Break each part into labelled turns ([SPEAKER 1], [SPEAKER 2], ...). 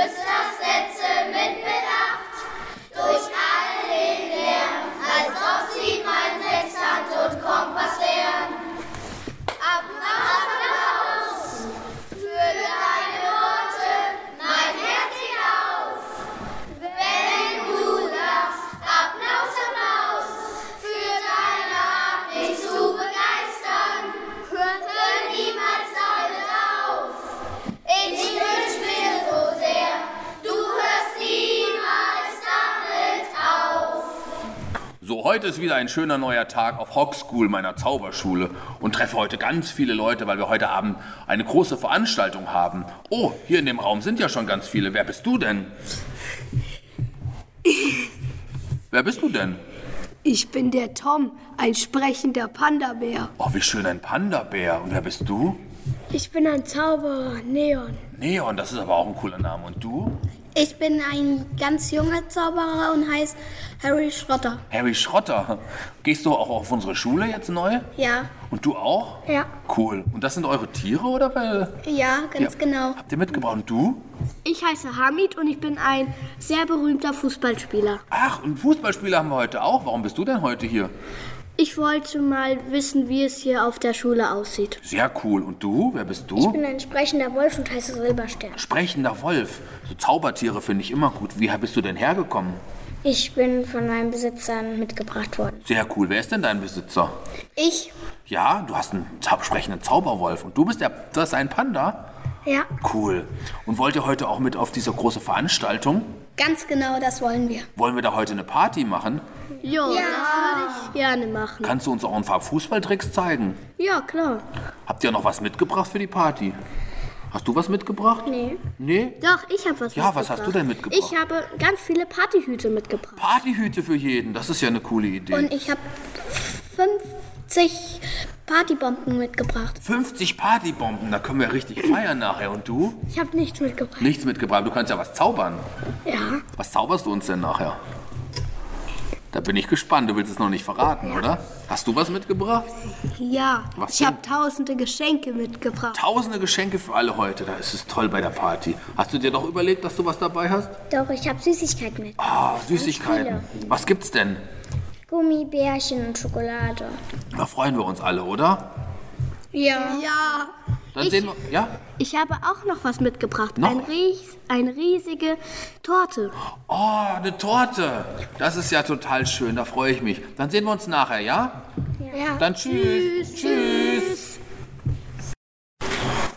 [SPEAKER 1] Flüstersätze mit Bedacht durch all den Lärm, als ob sie mein Texthand und Kompass wären. Applaus für deine Worte, mein Herz hinauf. Wenn du lachst, Applaus, Applaus für deine Art, mich zu begeistern. Hör niemals damit auf. Ich wünsch mir so sehr, du hörst niemals damit auf.
[SPEAKER 2] So, heute ist wieder ein schöner neuer Tag auf Hawk School, meiner Zauberschule. Und treffe heute ganz viele Leute, weil wir heute Abend eine große Veranstaltung haben. Oh, hier in dem Raum sind ja schon ganz viele. Wer bist du denn? Wer bist du denn?
[SPEAKER 3] Ich bin der Tom, ein sprechender Panda-Bär.
[SPEAKER 2] Oh, wie schön ein Panda-Bär. Und wer bist du?
[SPEAKER 3] Ich bin ein Zauberer, Neon.
[SPEAKER 2] Neon, das ist aber auch ein cooler Name. Und du?
[SPEAKER 4] Ich bin ein ganz junger Zauberer und heiße Harry Schrotter.
[SPEAKER 2] Harry Schrotter. Gehst du auch auf unsere Schule jetzt neu?
[SPEAKER 4] Ja,
[SPEAKER 2] Und du auch?
[SPEAKER 4] Ja.
[SPEAKER 2] Cool. Und das sind eure Tiere oder? Weil-
[SPEAKER 4] ja, ganz
[SPEAKER 2] Ja.
[SPEAKER 4] genau.
[SPEAKER 2] Habt ihr mitgebracht? Und du?
[SPEAKER 5] Ich heiße Hamid und ich bin ein sehr berühmter Fußballspieler.
[SPEAKER 2] Ach, und Fußballspieler haben wir heute auch. Warum bist du denn heute hier?
[SPEAKER 5] Ich wollte mal wissen, wie es hier auf der Schule aussieht.
[SPEAKER 2] Sehr cool. Und du? Wer bist du?
[SPEAKER 4] bin ein sprechender Wolf und heiße Silberstern.
[SPEAKER 2] Sprechender Wolf. So Zaubertiere finde ich immer gut. Wie bist du denn hergekommen?
[SPEAKER 4] Ich bin von meinen Besitzern mitgebracht worden.
[SPEAKER 2] Sehr cool. Wer ist denn dein Besitzer?
[SPEAKER 4] Ich?
[SPEAKER 2] Ja, du hast einen zau- sprechenden Zauberwolf und du bist der, das ist ein Panda.
[SPEAKER 4] Ja,
[SPEAKER 2] Cool. Und wollt ihr heute auch mit auf diese große Veranstaltung?
[SPEAKER 4] ganz genau das wollen wir.
[SPEAKER 2] Wollen wir da heute eine Party machen?
[SPEAKER 5] Jo, das würde ich gerne machen.
[SPEAKER 2] Kannst du uns auch ein paar Fußballtricks zeigen?
[SPEAKER 5] Ja, klar.
[SPEAKER 2] Habt ihr noch was mitgebracht für die Party? Hast du was mitgebracht? Nee. Nee?
[SPEAKER 5] Doch, ich habe was
[SPEAKER 2] Ja, was hast du denn mitgebracht?
[SPEAKER 5] Ich habe ganz viele Partyhüte mitgebracht.
[SPEAKER 2] Partyhüte für jeden, das ist ja eine coole Idee.
[SPEAKER 4] Und ich habe 50 Partybomben mitgebracht.
[SPEAKER 2] 50 Partybomben, da können wir richtig feiern nachher. Und du?
[SPEAKER 4] Ich habe nichts mitgebracht.
[SPEAKER 2] Nichts mitgebracht, du kannst ja was zaubern.
[SPEAKER 4] Ja,
[SPEAKER 2] Was zauberst du uns denn nachher? Da bin ich gespannt, du willst es noch nicht verraten, oder? Hast du was mitgebracht?
[SPEAKER 3] Ja,
[SPEAKER 2] Was
[SPEAKER 3] ich
[SPEAKER 2] denn?
[SPEAKER 3] habe tausende Geschenke mitgebracht.
[SPEAKER 2] Tausende Geschenke für alle heute, da ist es toll bei der Party. Hast du dir doch überlegt, dass du was dabei hast?
[SPEAKER 4] doch, ich habe Süßigkeiten mit.
[SPEAKER 2] Ah, Süßigkeiten. Was gibt's denn?
[SPEAKER 4] Gummibärchen und Schokolade.
[SPEAKER 2] Da freuen wir uns alle, oder?
[SPEAKER 4] Ja.
[SPEAKER 3] Ja,
[SPEAKER 2] Dann sehen wir. Ja?
[SPEAKER 5] Ich habe auch noch was mitgebracht.
[SPEAKER 2] Noch
[SPEAKER 5] Ein
[SPEAKER 2] was?
[SPEAKER 5] ries, eine riesige Torte.
[SPEAKER 2] Oh, eine Torte. Das ist ja total schön, da freue ich mich. Dann sehen wir uns nachher, ja?
[SPEAKER 4] Ja.
[SPEAKER 2] Dann tschüss. Tschüss.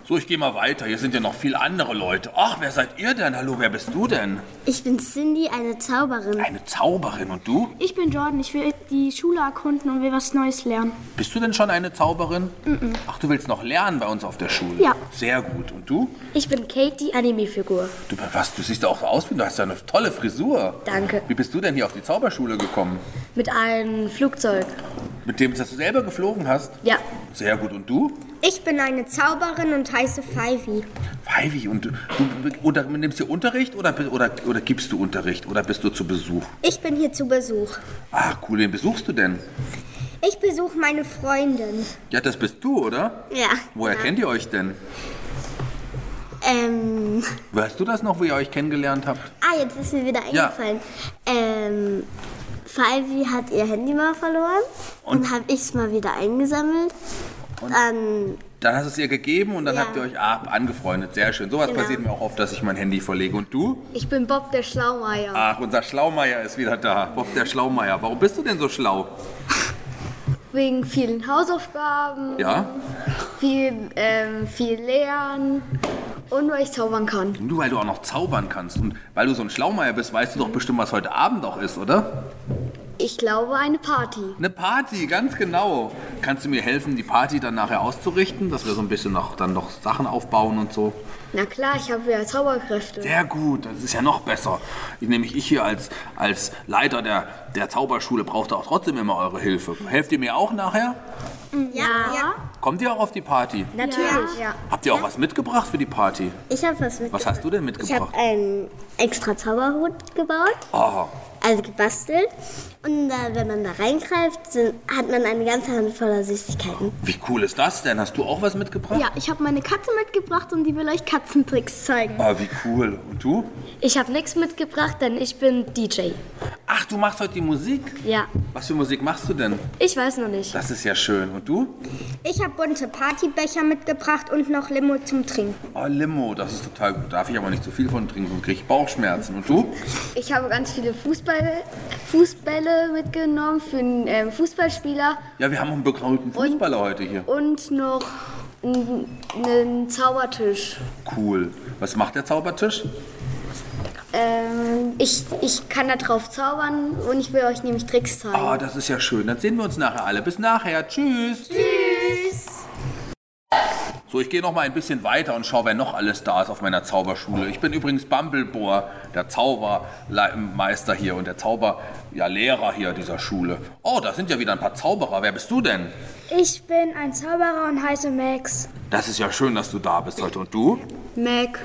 [SPEAKER 2] So, ich gehe mal weiter. Hier sind ja noch viele andere Leute. Ach, wer seid ihr denn? Hallo, wer bist du denn?
[SPEAKER 5] Ich bin Cindy, eine Zauberin.
[SPEAKER 2] Eine Zauberin. Und du?
[SPEAKER 5] Ich bin Jordan, ich will die Schule erkunden und will was Neues lernen.
[SPEAKER 2] Bist du denn schon eine Zauberin? Ach, du willst noch lernen bei uns auf der Schule?
[SPEAKER 5] Ja.
[SPEAKER 2] Sehr gut. Und du?
[SPEAKER 5] Ich bin Kate, die Anime-Figur.
[SPEAKER 2] Du, was, du siehst ja auch aus wie du hast ja eine tolle Frisur.
[SPEAKER 5] Danke.
[SPEAKER 2] Wie bist du denn hier auf die Zauberschule gekommen?
[SPEAKER 5] Mit einem Flugzeug.
[SPEAKER 2] Mit dem, dass du selber geflogen hast?
[SPEAKER 5] Ja.
[SPEAKER 2] Sehr gut. Und du?
[SPEAKER 4] Ich bin eine Zauberin und heiße Fivey.
[SPEAKER 2] Weivi, und du, du oder, nimmst du Unterricht oder, oder, oder gibst du Unterricht oder bist du zu Besuch?
[SPEAKER 4] Ich bin hier zu Besuch.
[SPEAKER 2] Ach, cool, wen besuchst du denn?
[SPEAKER 4] Ich besuche meine Freundin.
[SPEAKER 2] Ja, das bist du, oder?
[SPEAKER 4] Ja.
[SPEAKER 2] Woher kennt ihr euch denn?
[SPEAKER 4] Ähm,
[SPEAKER 2] Weißt du das noch, wo ihr euch kennengelernt habt?
[SPEAKER 4] ah, jetzt ist mir wieder
[SPEAKER 2] Ja.
[SPEAKER 4] eingefallen. Ähm, Fivey hat ihr Handy mal verloren und, hab habe ich es mal wieder eingesammelt. Ähm, Dann,
[SPEAKER 2] Dann hast du es ihr gegeben und dann
[SPEAKER 4] Ja.
[SPEAKER 2] habt ihr euch ab, angefreundet. Sehr schön. Sowas
[SPEAKER 4] Genau.
[SPEAKER 2] passiert mir auch oft, dass ich mein Handy verlege. Und du?
[SPEAKER 5] Ich bin Bob der Schlaumeier.
[SPEAKER 2] Ach, unser Schlaumeier ist wieder da. Bob der Schlaumeier. Warum bist du denn so schlau?
[SPEAKER 5] Wegen vielen Hausaufgaben,
[SPEAKER 2] Ja?
[SPEAKER 5] viel, ähm, viel Lernen und weil ich zaubern kann.
[SPEAKER 2] Nur weil du auch noch zaubern kannst und weil du so ein Schlaumeier bist, weißt du doch bestimmt, was heute Abend auch ist, oder?
[SPEAKER 5] Ich glaube, eine Party.
[SPEAKER 2] Eine Party, ganz genau. Kannst du mir helfen, die Party dann nachher auszurichten, dass wir so ein bisschen noch, dann noch Sachen aufbauen und so?
[SPEAKER 5] Na klar, ich habe ja Zauberkräfte.
[SPEAKER 2] Sehr gut, das ist ja noch besser. Ich, nämlich ich hier als, als Leiter der, der Zauberschule brauchte auch trotzdem immer eure Hilfe. Helft ihr mir auch nachher?
[SPEAKER 4] ja. ja.
[SPEAKER 2] Kommt ihr auch auf die Party?
[SPEAKER 4] Natürlich.
[SPEAKER 5] Ja.
[SPEAKER 2] Habt ihr auch was mitgebracht für die Party?
[SPEAKER 4] Ich habe was mitgebracht.
[SPEAKER 2] Was hast du denn
[SPEAKER 4] Ich habe
[SPEAKER 2] mitgebracht?
[SPEAKER 4] einen extra Zauberhut gebaut,
[SPEAKER 2] Oh,
[SPEAKER 4] also gebastelt. Und da, wenn man da reingreift, sind, hat man eine ganze Hand voller Süßigkeiten.
[SPEAKER 2] wie cool ist das denn? Hast du auch was mitgebracht?
[SPEAKER 6] Ja, ich habe meine Katze mitgebracht
[SPEAKER 5] um
[SPEAKER 6] und die will euch Katzentricks zeigen.
[SPEAKER 2] Ah, wie cool. Und du?
[SPEAKER 6] Ich habe nichts mitgebracht, denn ich bin DJ.
[SPEAKER 2] Ach, du machst heute die Musik?
[SPEAKER 6] Ja,
[SPEAKER 2] Was für Musik machst du denn?
[SPEAKER 6] ich weiß noch nicht.
[SPEAKER 2] Das ist ja schön. Und du?
[SPEAKER 7] Ich habe bunte Partybecher mitgebracht und noch Limo zum Trinken.
[SPEAKER 2] Oh, Limo, das ist total gut. Darf ich aber nicht zu viel von trinken, sonst kriege ich Bauchschmerzen. Und du?
[SPEAKER 5] Ich habe ganz viele Fußball, Fußbälle mitgenommen für einen ähm, Fußballspieler
[SPEAKER 2] Ja, wir haben auch einen berühmten Fußballer heute hier.
[SPEAKER 5] und noch einen, einen Zaubertisch.
[SPEAKER 2] Cool. Was macht der Zaubertisch?
[SPEAKER 5] Ähm, ich, ich kann da drauf zaubern und ich will euch nämlich Tricks zeigen.
[SPEAKER 2] Oh, das ist ja schön. Dann sehen wir uns nachher alle. Bis nachher. Tschüss. Tschüss. So, ich gehe noch mal ein bisschen weiter und schaue, wer noch alles da ist auf meiner Zauberschule. Ich bin übrigens Bumblebohr, der Zaubermeister hier und der Zauberlehrer ja, Lehrer hier dieser Schule. Oh, da sind ja wieder ein paar Zauberer. Wer bist du denn?
[SPEAKER 7] Ich bin ein Zauberer und heiße Max.
[SPEAKER 2] Das ist ja schön, dass du da bist heute. Und du?
[SPEAKER 5] Mac.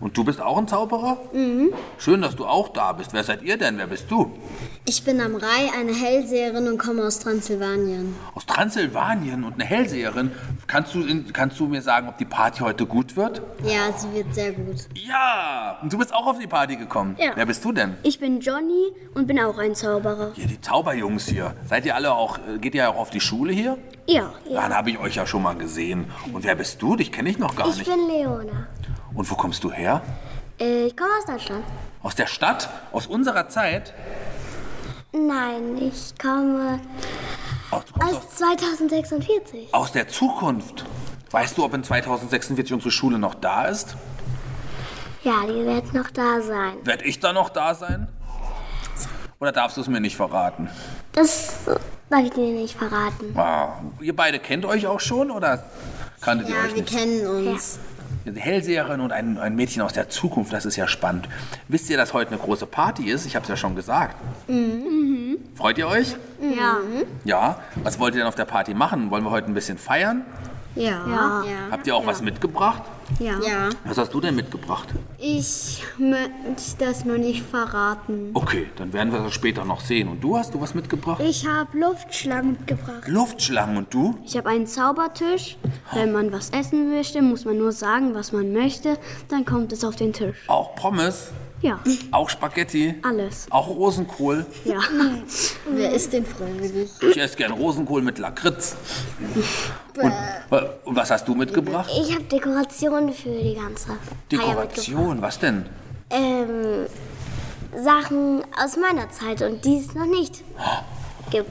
[SPEAKER 2] Und du bist auch ein Zauberer? Mhm. Schön, dass du auch da bist. Wer seid ihr denn? Wer bist du?
[SPEAKER 4] Ich bin Amrei, eine Hellseherin und komme aus Transsilvanien.
[SPEAKER 2] Aus Transsilvanien und eine Hellseherin. Kannst du, in- kannst du mir sagen, ob die Party heute gut wird?
[SPEAKER 4] Ja, sie wird sehr gut.
[SPEAKER 2] Ja, und du bist auch auf die Party gekommen.
[SPEAKER 6] Ja.
[SPEAKER 2] Wer bist du denn?
[SPEAKER 6] Ich bin Johnny und bin auch ein Zauberer.
[SPEAKER 2] Ja, die Zauberjungs hier. Seid ihr alle auch, äh, geht ihr auch auf die Schule hier?
[SPEAKER 6] Ja.
[SPEAKER 2] Dann habe ich euch ja schon mal gesehen. Und wer bist du? Dich kenne ich noch gar nicht.
[SPEAKER 4] bin Leona.
[SPEAKER 2] Und wo kommst du her?
[SPEAKER 4] Ich komme aus Deutschland.
[SPEAKER 2] Aus der Stadt? Aus unserer Zeit?
[SPEAKER 4] Nein, ich komme
[SPEAKER 2] Ach, du kommst aus,
[SPEAKER 4] 2046.
[SPEAKER 2] aus der Zukunft. Weißt du, ob in 2046 unsere Schule noch da ist?
[SPEAKER 4] Ja, die wird noch da sein.
[SPEAKER 2] Werd ich da noch da sein? Oder darfst du es mir nicht verraten?
[SPEAKER 4] Das darf ich dir nicht verraten.
[SPEAKER 2] Ah, ihr beide kennt euch auch schon oder kanntet ihr euch
[SPEAKER 4] Wir
[SPEAKER 2] nicht?
[SPEAKER 4] kennen uns.
[SPEAKER 2] Eine Hellseherin und ein, ein Mädchen aus der Zukunft, das ist ja spannend. Wisst ihr, dass heute eine große Party ist? Ich habe es ja schon gesagt.
[SPEAKER 4] Mhm.
[SPEAKER 2] Freut ihr euch? Ja. Ja? Was wollt ihr denn auf der Party machen? Wollen wir heute ein bisschen feiern?
[SPEAKER 4] Ja. Ja.
[SPEAKER 2] Habt ihr auch was mitgebracht?
[SPEAKER 4] ja.
[SPEAKER 2] Was hast du denn mitgebracht?
[SPEAKER 6] Ich möchte das nur nicht verraten.
[SPEAKER 2] Okay, dann werden wir das später noch sehen. Und du hast du was mitgebracht?
[SPEAKER 7] Ich habe Luftschlangen mitgebracht.
[SPEAKER 2] Luftschlangen und du?
[SPEAKER 6] Ich habe einen Zaubertisch. Wenn man was essen möchte, muss man nur sagen, was man möchte. Dann kommt es auf den Tisch.
[SPEAKER 2] Auch Pommes?
[SPEAKER 6] Ja,
[SPEAKER 2] Auch Spaghetti?
[SPEAKER 6] alles.
[SPEAKER 2] Auch Rosenkohl?
[SPEAKER 6] Ja.
[SPEAKER 4] Wer ist denn freundlich?
[SPEAKER 2] Ich esse gern Rosenkohl mit Lakritz. Und, äh, und was hast du mitgebracht?
[SPEAKER 4] Ich habe Dekorationen für die ganze
[SPEAKER 2] Dekoration, was denn?
[SPEAKER 4] Ähm, Sachen aus meiner Zeit und die es noch nicht.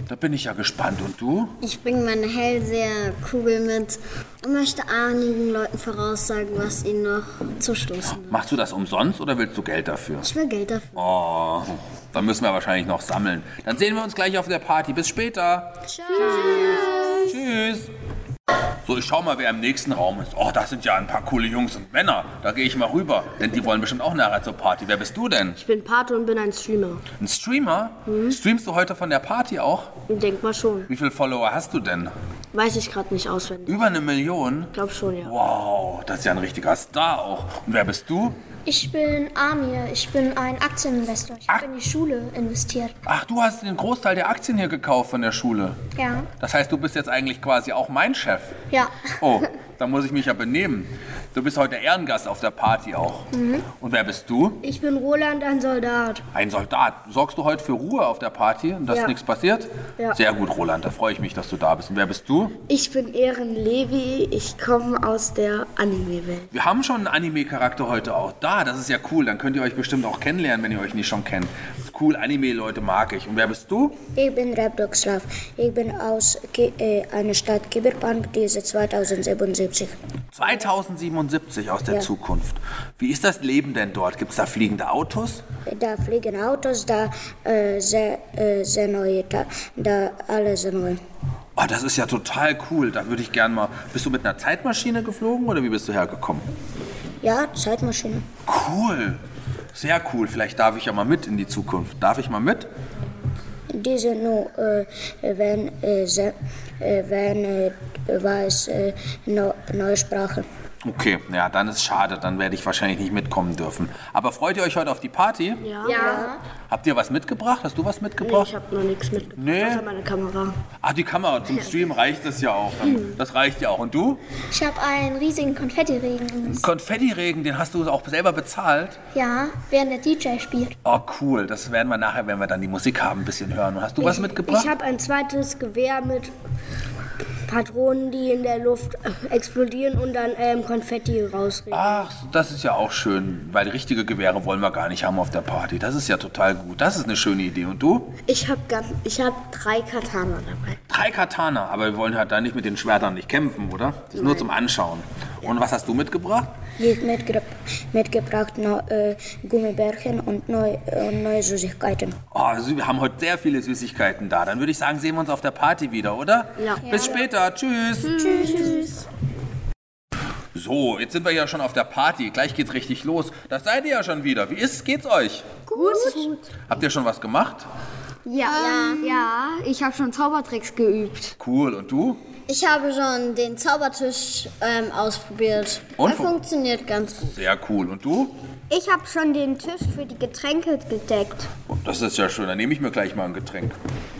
[SPEAKER 2] Da bin ich ja gespannt. Und du?
[SPEAKER 4] Ich bringe meine Hellseherkugel mit und möchte einigen Leuten voraussagen, was ihnen noch zustoßen wird.
[SPEAKER 2] Machst du das umsonst oder willst du Geld dafür?
[SPEAKER 4] Ich will Geld dafür.
[SPEAKER 2] Oh, da müssen wir wahrscheinlich noch sammeln. Dann sehen wir uns gleich auf der Party. Bis später. Tschüss. Tschüss. So, ich schau mal, wer im nächsten Raum ist. Oh, das sind ja ein paar coole Jungs und Männer. Da gehe ich mal rüber, denn die wollen bestimmt auch nachher zur Party. Wer bist du denn?
[SPEAKER 6] Ich bin Pate und bin ein Streamer. Mhm.
[SPEAKER 2] Ein Streamer? Streamst du heute von der Party auch?
[SPEAKER 6] Denk mal schon.
[SPEAKER 2] Wie viele Follower hast du denn?
[SPEAKER 6] Weiß ich gerade nicht auswendig.
[SPEAKER 2] Über eine Million?
[SPEAKER 6] Glaub schon, ja.
[SPEAKER 2] Wow, das ist ja ein richtiger Star auch. Und wer bist du?
[SPEAKER 7] Ich bin Amir. Ich bin ein Aktieninvestor. Ich
[SPEAKER 2] Ak-
[SPEAKER 7] habe in die Schule investiert.
[SPEAKER 2] Ach, du hast den Großteil der Aktien hier gekauft von der Schule.
[SPEAKER 7] Ja.
[SPEAKER 2] Das heißt, du bist jetzt eigentlich quasi auch mein Chef.
[SPEAKER 7] Ja.
[SPEAKER 2] Oh, da muss ich mich ja benehmen. Du bist heute Ehrengast auf der Party auch. Und wer bist du?
[SPEAKER 7] Ich bin Roland, ein Soldat.
[SPEAKER 2] Ein Soldat. Sorgst du heute für Ruhe auf der Party und dass nichts passiert? Ja. Sehr gut, Roland. Da freue ich mich, dass du da bist. Und wer bist du?
[SPEAKER 5] Ich bin Ehren Levi. Ich komme aus der Anime-Welt.
[SPEAKER 2] Wir haben schon einen Anime-Charakter heute auch da. Das ist ja cool. Dann könnt ihr euch bestimmt auch kennenlernen, wenn ihr euch nicht schon kennt. Cool, Anime-Leute mag ich. Und wer bist du?
[SPEAKER 7] Ich bin Rebdoxlav. Ich bin aus äh, einer Stadt Kiberbank, diese 2077.
[SPEAKER 2] 2077 aus der Zukunft. Wie ist das Leben denn dort? Gibt es da fliegende Autos?
[SPEAKER 7] Da fliegen Autos, da äh, sehr, äh, sehr neue, da, da alle sehr neu.
[SPEAKER 2] Oh, das ist ja total cool. Da würde ich gern mal. Bist du mit einer Zeitmaschine geflogen oder wie bist du hergekommen?
[SPEAKER 7] Ja, Zeitmaschine.
[SPEAKER 2] Cool. Sehr cool. Vielleicht darf ich ja mal mit in die Zukunft. Darf ich mal mit?
[SPEAKER 7] Diese nur, äh, wenn, äh, sehr, äh, wenn äh, war es äh, no, neue Sprache.
[SPEAKER 2] Okay, ja, dann ist schade, dann werde ich wahrscheinlich nicht mitkommen dürfen. Aber freut ihr euch heute auf die Party?
[SPEAKER 6] Ja.
[SPEAKER 2] Habt ihr was mitgebracht? Hast du was mitgebracht?
[SPEAKER 6] Ich habe noch nichts mit.
[SPEAKER 2] Nee.
[SPEAKER 6] Außer meine Kamera.
[SPEAKER 2] Ach, die Kamera zum Stream reicht das ja auch. Dann. Das reicht ja auch. Und du?
[SPEAKER 1] Ich habe einen riesigen Konfettiregen.
[SPEAKER 2] Konfettiregen, den hast du auch selber bezahlt?
[SPEAKER 1] Ja, während der DJ spielt.
[SPEAKER 2] Oh, cool. Das werden wir nachher, wenn wir dann die Musik haben, ein bisschen hören. Und hast du was mitgebracht?
[SPEAKER 6] Ich habe ein zweites Gewehr mit Patronen, die in der Luft explodieren und dann ähm, Konfetti rausregen.
[SPEAKER 2] Ach, das ist ja auch schön, weil richtige Gewehre wollen wir gar nicht haben auf der Party. Das ist ja total gut. Das ist eine schöne Idee. Und du?
[SPEAKER 5] Ich habe ich hab drei Katana dabei.
[SPEAKER 2] Drei Katana, aber wir wollen halt da nicht mit den Schwertern nicht kämpfen, oder? Das ist nur zum Anschauen. Und was hast du mitgebracht?
[SPEAKER 7] Ich mitge mitgebracht no, äh, Gummibärchen und, neu, äh, und neue Süßigkeiten.
[SPEAKER 2] Oh, also wir haben heute sehr viele Süßigkeiten da. Dann würde ich sagen, sehen wir uns auf der Party wieder, oder? Ja. Bis später. Tschüss. Tschüss. So, jetzt sind wir ja schon auf der Party. Gleich geht's richtig los. Das seid ihr ja schon wieder. Wie ist, geht's euch?
[SPEAKER 5] Gut.
[SPEAKER 2] Habt ihr schon was gemacht?
[SPEAKER 5] Ja,
[SPEAKER 4] Ähm.
[SPEAKER 5] ja, ich habe schon Zaubertricks geübt.
[SPEAKER 2] Cool. Und du?
[SPEAKER 4] Ich habe schon den Zaubertisch ähm, ausprobiert.
[SPEAKER 2] Und
[SPEAKER 4] er
[SPEAKER 2] fu-
[SPEAKER 4] funktioniert ganz gut.
[SPEAKER 2] Sehr cool. Und du?
[SPEAKER 6] Ich habe schon den Tisch für die Getränke gedeckt.
[SPEAKER 2] Oh, Das ist ja schön. Dann nehme ich mir gleich mal ein Getränk.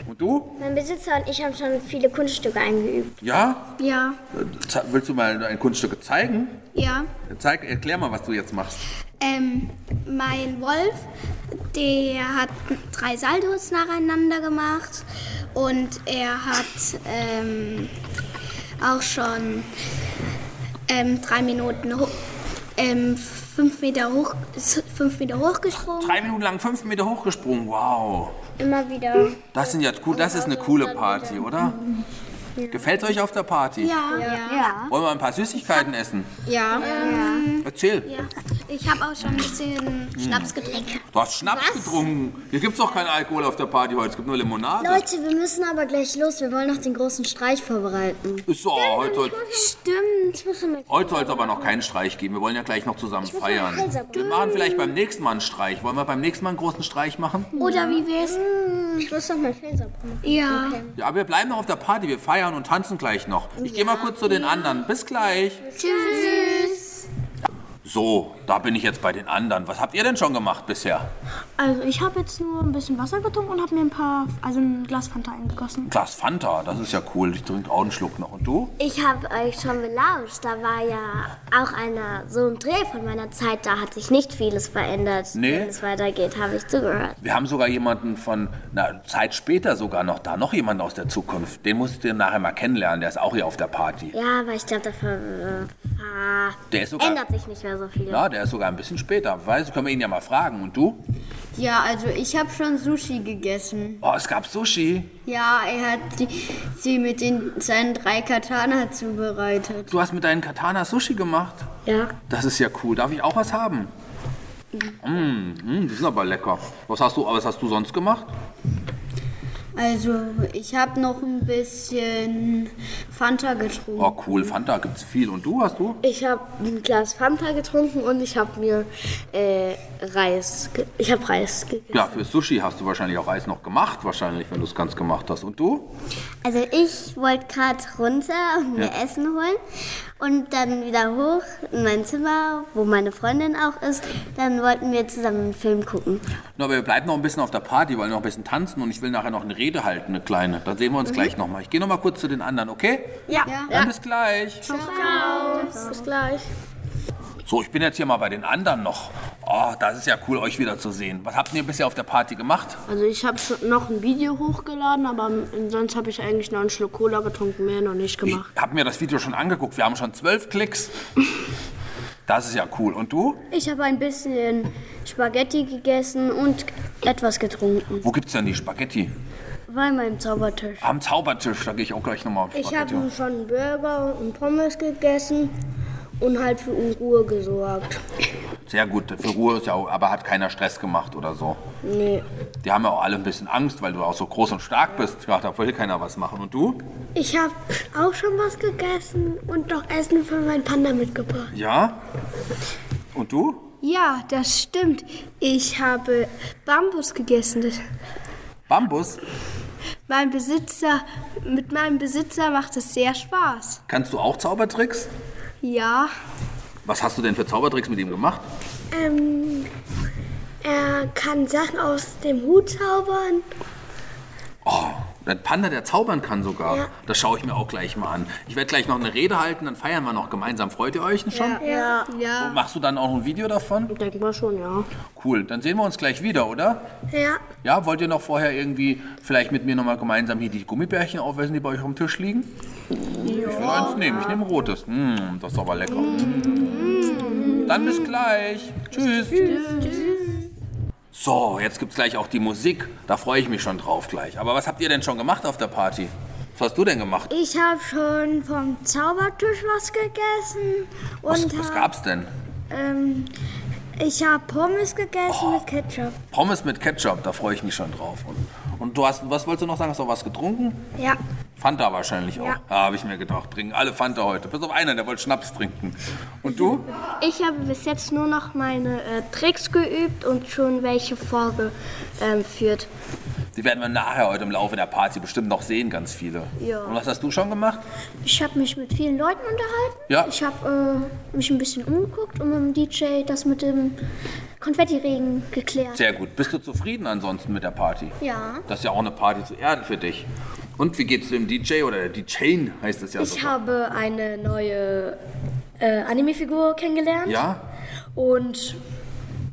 [SPEAKER 2] Und du?
[SPEAKER 4] Mein Besitzer und ich haben schon viele Kunststücke eingeübt.
[SPEAKER 2] Ja?
[SPEAKER 6] Ja.
[SPEAKER 2] Äh, ze- Willst du mal ein Kunststück zeigen?
[SPEAKER 1] Ja.
[SPEAKER 2] Zeig, erklär mal, was du jetzt machst.
[SPEAKER 1] Ähm, mein Wolf, der hat drei Saltos nacheinander gemacht und er hat ähm, auch schon ähm, drei Minuten hoch, ähm, fünf Meter hoch, fünf Meter hochgesprungen.
[SPEAKER 2] Drei Minuten lang fünf Meter hochgesprungen. Wow.
[SPEAKER 4] Immer wieder.
[SPEAKER 2] Das sind ja cool. Das ist eine coole Party, oder? Gefällt euch auf der Party?
[SPEAKER 1] Ja.
[SPEAKER 2] Wollen wir ein paar Süßigkeiten essen?
[SPEAKER 5] Ja.
[SPEAKER 2] Erzähl.
[SPEAKER 1] Ich habe auch schon ein bisschen Schnaps getrunken.
[SPEAKER 2] Du hast Schnaps getrunken. Hier gibt's doch keinen Alkohol auf der Party heute. Es gibt nur Limonade.
[SPEAKER 4] Leute, wir müssen aber gleich los. Wir wollen noch den großen Streich vorbereiten.
[SPEAKER 2] Ist so, heute soll's-
[SPEAKER 4] Stimmt. Ich muss mit.
[SPEAKER 2] Heute soll es aber noch keinen Streich geben. Wir wollen ja gleich noch zusammen feiern. Wir machen vielleicht beim nächsten Mal einen Streich. Wollen wir beim nächsten Mal einen großen Streich machen?
[SPEAKER 1] Oder wie wär's?
[SPEAKER 4] Ich muss noch mein Felser brauchen.
[SPEAKER 1] Ja.
[SPEAKER 2] Ja, aber wir bleiben noch auf der Party. Wir feiern und tanzen gleich noch. Ich gehe mal kurz zu den anderen. Bis gleich. Tschüss. So, da bin ich jetzt bei den anderen. Was habt ihr denn schon gemacht bisher?
[SPEAKER 6] Also ich habe jetzt nur ein bisschen Wasser getrunken und habe mir ein paar, also ein Glas Fanta eingegossen.
[SPEAKER 2] Glas Fanta, das ist ja cool. Ich trinke auch einen Schluck noch. Und du?
[SPEAKER 4] Ich habe euch schon belauscht. Da war ja auch einer so ein Dreh von meiner Zeit. Da hat sich nicht vieles verändert.
[SPEAKER 2] Nee.
[SPEAKER 4] Wenn es weitergeht, habe ich zugehört.
[SPEAKER 2] Wir haben sogar jemanden von einer Zeit später sogar noch da. Noch jemand aus der Zukunft. Den musst du nachher mal kennenlernen. Der ist auch hier auf der Party.
[SPEAKER 4] Ja, aber ich glaube, da ver ver
[SPEAKER 2] Der ist sogar-
[SPEAKER 4] ändert sich nicht mehr so viel.
[SPEAKER 2] Ja, der ist sogar ein bisschen später. Weißt du, können wir ihn ja mal fragen. Und du?
[SPEAKER 5] Ja, also ich habe schon Sushi gegessen.
[SPEAKER 2] Oh, es gab Sushi.
[SPEAKER 5] Ja, er hat die, sie mit den, seinen drei Katana zubereitet.
[SPEAKER 2] Du hast mit deinen Katana Sushi gemacht? Ja. Das ist ja cool. Darf ich auch was haben? Mm, mm, die sind aber lecker. Was hast du, was hast du sonst gemacht?
[SPEAKER 5] Also ich habe noch ein bisschen Fanta getrunken.
[SPEAKER 2] Oh, cool. Fanta gibt's viel. Und du, hast du?
[SPEAKER 5] Ich habe ein Glas Fanta getrunken und ich habe mir äh, Reis. Ich habe Reis gegessen.
[SPEAKER 2] Ja, für Sushi hast du wahrscheinlich auch Eis noch gemacht, wahrscheinlich, wenn du es ganz gemacht hast. Und du?
[SPEAKER 4] Also ich wollte gerade runter und mir
[SPEAKER 2] Ja.
[SPEAKER 4] Essen holen und dann wieder hoch in mein Zimmer, wo meine Freundin auch ist. Dann wollten wir zusammen einen Film gucken.
[SPEAKER 2] Na, aber wir bleiben noch ein bisschen auf der Party, wollen noch ein bisschen tanzen und ich will nachher noch eine Rede halten, eine kleine. Dann sehen wir uns gleich nochmal. Ich gehe nochmal kurz zu den anderen, okay?
[SPEAKER 4] Mhm. Ja.
[SPEAKER 2] Dann bis gleich.
[SPEAKER 4] Bis gleich.
[SPEAKER 2] So, ich bin jetzt hier mal bei den anderen noch. Oh, das ist ja cool, euch wieder zu sehen. Was habt ihr bisher auf der Party gemacht?
[SPEAKER 6] Also ich habe schon noch ein Video hochgeladen, aber sonst habe ich eigentlich nur einen Schluck Cola getrunken, mehr noch nicht
[SPEAKER 2] Ich
[SPEAKER 6] gemacht.
[SPEAKER 2] habe mir das Video schon angeguckt. Wir haben schon zwölf Klicks. Das ist ja cool. Und du?
[SPEAKER 6] Ich habe ein bisschen Spaghetti gegessen und etwas getrunken.
[SPEAKER 2] Wo gibt's denn die Spaghetti?
[SPEAKER 6] Bei meinem Zaubertisch.
[SPEAKER 2] Am Zaubertisch. Da gehe ich auch gleich nochmal auf
[SPEAKER 3] Ich
[SPEAKER 2] Spaghetti.
[SPEAKER 3] habe schon einen Burger und Pommes gegessen und halt für Unruhe gesorgt.
[SPEAKER 2] Sehr gut. Für Ruhe ist ja auch, aber hat keiner Stress gemacht oder so.
[SPEAKER 3] Nee.
[SPEAKER 2] Die haben ja auch alle ein bisschen Angst, weil du auch so groß und stark bist. Ja, da will keiner was machen. Und du?
[SPEAKER 6] Ich habe auch schon was gegessen und noch Essen für meinen Panda mitgebracht.
[SPEAKER 2] Ja? Und du?
[SPEAKER 3] Ja, das stimmt. Ich habe Bambus gegessen.
[SPEAKER 2] Bambus?
[SPEAKER 1] Mein Besitzer, mit meinem Besitzer macht es sehr Spaß.
[SPEAKER 2] Kannst du auch Zaubertricks?
[SPEAKER 1] Ja,
[SPEAKER 2] Was hast du denn für Zaubertricks mit ihm gemacht?
[SPEAKER 3] Ähm, er kann Sachen aus dem Hut zaubern.
[SPEAKER 2] Oh, ein Panda, der zaubern kann sogar. Das schaue ich mir auch gleich mal an. Ich werde gleich noch eine Rede halten, dann feiern wir noch gemeinsam. Freut ihr euch schon?
[SPEAKER 1] ja,
[SPEAKER 2] Und machst du dann auch ein Video davon?
[SPEAKER 6] Denk mal schon, ja.
[SPEAKER 2] Cool, dann sehen wir uns gleich wieder, oder?
[SPEAKER 3] Ja,
[SPEAKER 2] Ja, wollt ihr noch vorher irgendwie vielleicht mit mir nochmal gemeinsam hier die Gummibärchen aufessen, die bei euch auf dem Tisch liegen? Ich will eins nehmen, ich nehme ein rotes. Mm, das ist aber lecker. Hm. Dann bis gleich. Tschüss. So, jetzt gibt's gleich auch die Musik. Da freue ich mich schon drauf gleich. Aber was habt ihr denn schon gemacht auf der Party? Was hast du denn gemacht?
[SPEAKER 3] ich habe schon vom Zaubertisch was gegessen
[SPEAKER 2] Was,
[SPEAKER 3] und
[SPEAKER 2] was
[SPEAKER 3] hab,
[SPEAKER 2] gab's denn?
[SPEAKER 3] ähm, ich habe Pommes gegessen
[SPEAKER 2] Oh.
[SPEAKER 3] mit Ketchup.
[SPEAKER 2] Pommes mit Ketchup, da freue ich mich schon drauf. Und, und du hast, was wolltest du noch sagen? Hast du noch was getrunken?
[SPEAKER 3] Ja,
[SPEAKER 2] Fanta wahrscheinlich auch. Ja, habe ich mir gedacht. Trinken alle Fanta heute. Bis auf einer, der wollte Schnaps trinken. Und du?
[SPEAKER 4] Ich habe bis jetzt nur noch meine äh, Tricks geübt und schon welche vorgeführt.
[SPEAKER 2] Die werden wir nachher heute im Laufe der Party bestimmt noch sehen, ganz viele. Ja. Und was hast du schon gemacht?
[SPEAKER 7] Ich habe mich mit vielen Leuten unterhalten.
[SPEAKER 2] Ja.
[SPEAKER 7] Ich habe äh, mich ein bisschen umgeguckt und mit dem DJ das mit dem Konfettiregen geklärt.
[SPEAKER 2] Sehr gut. Bist du zufrieden ansonsten mit der Party?
[SPEAKER 7] Ja.
[SPEAKER 2] Das ist ja auch eine Party zu Erden für dich. Und wie geht's dem DJ oder der DJ heißt es ja so?
[SPEAKER 6] Ich habe eine neue äh, Anime-Figur kennengelernt
[SPEAKER 2] Ja?
[SPEAKER 6] und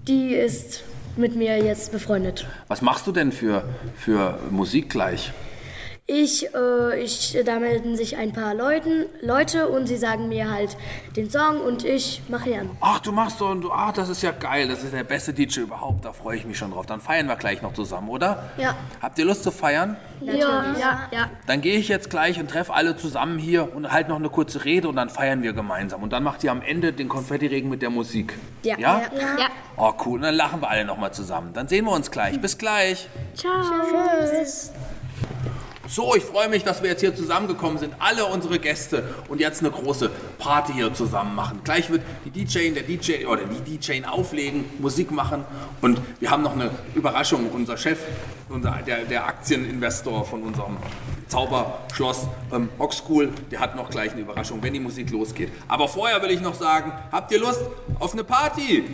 [SPEAKER 6] die ist mit mir jetzt befreundet.
[SPEAKER 2] Was machst du denn für, für Musik gleich?
[SPEAKER 6] Ich, äh, ich, da melden sich ein paar Leuten, Leute und sie sagen mir halt den Song und ich mache ihn.
[SPEAKER 2] Ach, du machst so und du, ah, das ist ja geil, das ist der beste DJ überhaupt, da freue ich mich schon drauf. Dann feiern wir gleich noch zusammen, oder? Ja. Habt ihr Lust zu feiern?
[SPEAKER 5] Ja, ja.
[SPEAKER 2] Dann gehe ich jetzt gleich und treffe alle zusammen hier und halte noch eine kurze Rede und dann feiern wir gemeinsam. Und dann macht ihr am Ende den Konfettiregen mit der Musik. Ja. Ja?
[SPEAKER 5] ja. ja.
[SPEAKER 2] Oh, cool. Und dann lachen wir alle nochmal zusammen. Dann sehen wir uns gleich. Bis gleich. Ciao. So, ich freue mich, dass wir jetzt hier zusammengekommen sind. Alle unsere Gäste und jetzt eine große Party hier zusammen machen. Gleich wird die DJ, der DJ oder die DJ auflegen, Musik machen und wir haben noch eine Überraschung. Unser Chef, unser, der, der Aktieninvestor von unserem Zauberschloss ähm, Hochschool, der hat noch gleich eine Überraschung, wenn die Musik losgeht. Aber vorher will ich noch sagen, habt ihr Lust auf eine Party?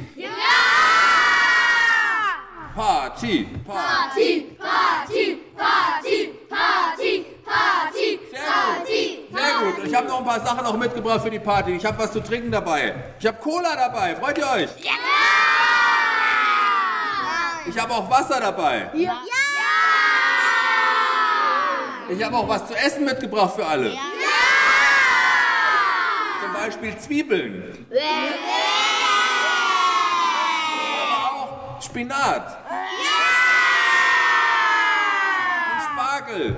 [SPEAKER 2] Party, Party, Party, Party, Party, Party, Party, Party. Sehr gut. Und ich habe noch ein paar Sachen auch mitgebracht für die Party. Ich habe was zu trinken dabei. Ich habe Cola dabei. Freut ihr euch? Ja! Ich habe auch Wasser dabei. Ja! Ich habe auch was zu essen mitgebracht für alle. Ja! Zum Beispiel Zwiebeln. Aber auch Spinat. Spargel.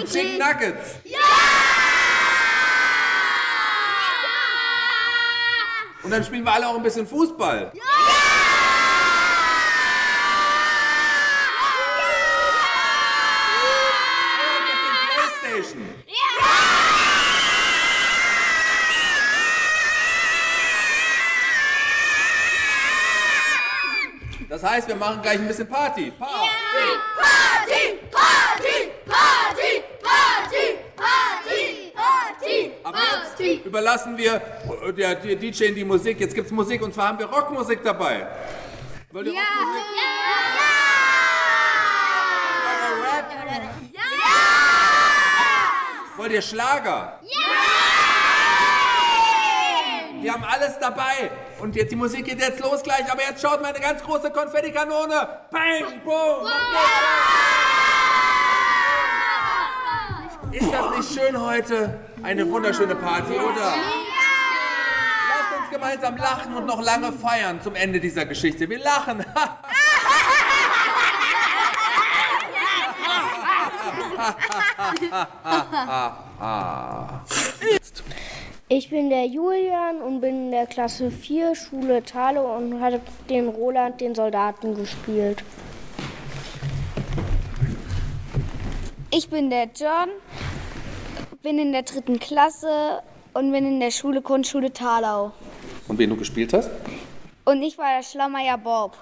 [SPEAKER 2] Und Chicken Nuggets. Und dann spielen wir alle auch ein bisschen Fußball. Und ein bisschen Playstation. Das heißt, wir machen gleich ein bisschen Party. Party. Aber jetzt überlassen wir äh, der, der DJ die Musik. Jetzt gibt's Musik und zwar haben wir Rockmusik dabei. Wollt ihr ja. Rockmusik? Wollt ihr Rap? Wollt ihr Schlager? Wir haben alles dabei. Und jetzt die Musik geht jetzt los gleich. Aber jetzt schaut mal eine ganz große Konfettikanone. Bang, boom. Ist das nicht schön heute? Eine wunderschöne Party, oder? Lasst uns gemeinsam lachen und noch lange feiern zum Ende dieser Geschichte. Wir lachen.
[SPEAKER 3] Ich bin der Julian und bin in der Klasse 4 Schule Thale und hatte den Roland, den Soldaten, gespielt.
[SPEAKER 5] Ich bin der John, bin in der dritten Klasse und bin in der Schule Grundschule Thalau.
[SPEAKER 2] Und wen du gespielt hast?
[SPEAKER 5] Und ich war der Schlammeier Bob.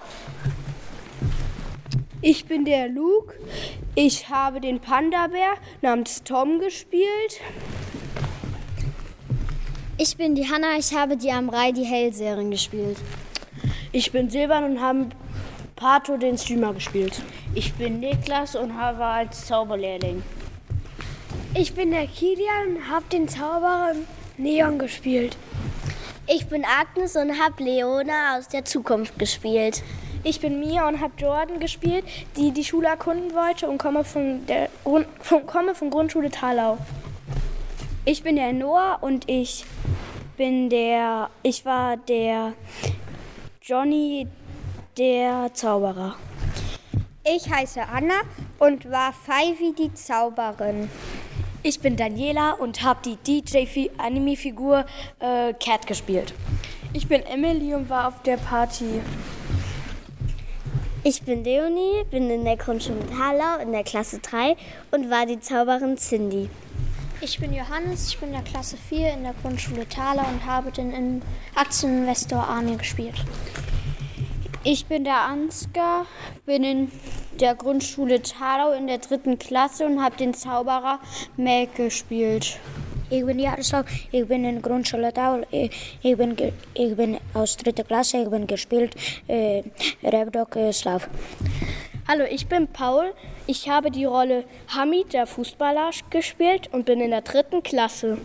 [SPEAKER 6] Ich bin der Luke. Ich habe den Panda-Bär namens Tom gespielt.
[SPEAKER 8] Ich bin die Hanna, ich habe die Amrei, die Hellseherin gespielt.
[SPEAKER 6] Ich bin Silvan und habe Pato den Streamer gespielt.
[SPEAKER 3] Ich bin Niklas und habe als Zauberlehrling.
[SPEAKER 5] Ich bin der Kilian und habe den Zauberer Neon gespielt.
[SPEAKER 4] Ich bin Agnes und hab Leona aus der Zukunft gespielt.
[SPEAKER 5] Ich bin Mia und habe Jordan gespielt, die die Schule erkunden wollte und komme von der Grund, von, komme von Grundschule Thalau. Ich bin der Noah und ich bin der ich war der Johnny der Zauberer.
[SPEAKER 9] Ich heiße Anna und war Fivey die Zauberin.
[SPEAKER 10] Ich bin Daniela und habe die DJ-Anime-Figur äh, Cat gespielt.
[SPEAKER 11] Ich bin Emily und war auf der Party.
[SPEAKER 4] Ich bin Leonie, bin in der Grundschule Thalau in der Klasse 3 und war die Zauberin Cindy.
[SPEAKER 12] Ich bin Johannes, ich bin in der Klasse 4 in der Grundschule Thalau und habe den Aktieninvestor Armin gespielt.
[SPEAKER 5] Ich bin der Ansgar, bin in der Grundschule Thalau in der dritten Klasse und habe den Zauberer Melk gespielt.
[SPEAKER 7] Ich bin Jaroslav, ich bin in der Grundschule Thalau, ich, ich, bin, ich bin aus dritter Klasse, ich bin gespielt äh, Rebdog äh, Slav.
[SPEAKER 6] Hallo, ich bin Paul, ich habe die Rolle Hamid, der Fußballer, gespielt und bin in der dritten Klasse.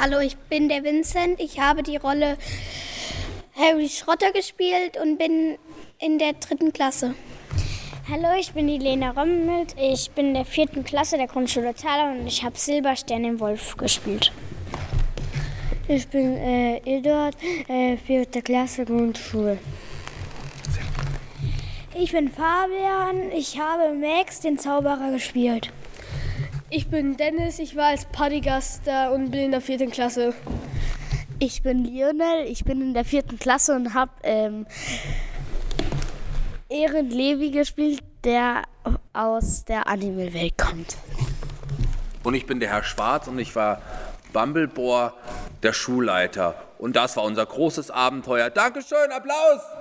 [SPEAKER 1] Hallo, ich bin der Vincent, ich habe die Rolle Harry Schrotter gespielt und bin in der dritten Klasse.
[SPEAKER 13] Hallo, ich bin die Lena Rommelt. Ich bin in der vierten Klasse der Grundschule Thaler und ich habe Silberstern im Wolf gespielt.
[SPEAKER 14] Ich bin äh, Eduard, äh, vierte Klasse Grundschule.
[SPEAKER 5] Ich bin Fabian. Ich habe Max, den Zauberer, gespielt.
[SPEAKER 11] Ich bin Dennis. Ich war als Partygast da und bin in der vierten Klasse.
[SPEAKER 15] Ich bin Lionel, ich bin in der vierten Klasse und habe ähm, Ehren Levi gespielt, der aus der Anime-Welt kommt.
[SPEAKER 2] Und ich bin der Herr Schwarz und ich war Bumblebore, der Schulleiter. Und das war unser großes Abenteuer. Dankeschön, Applaus!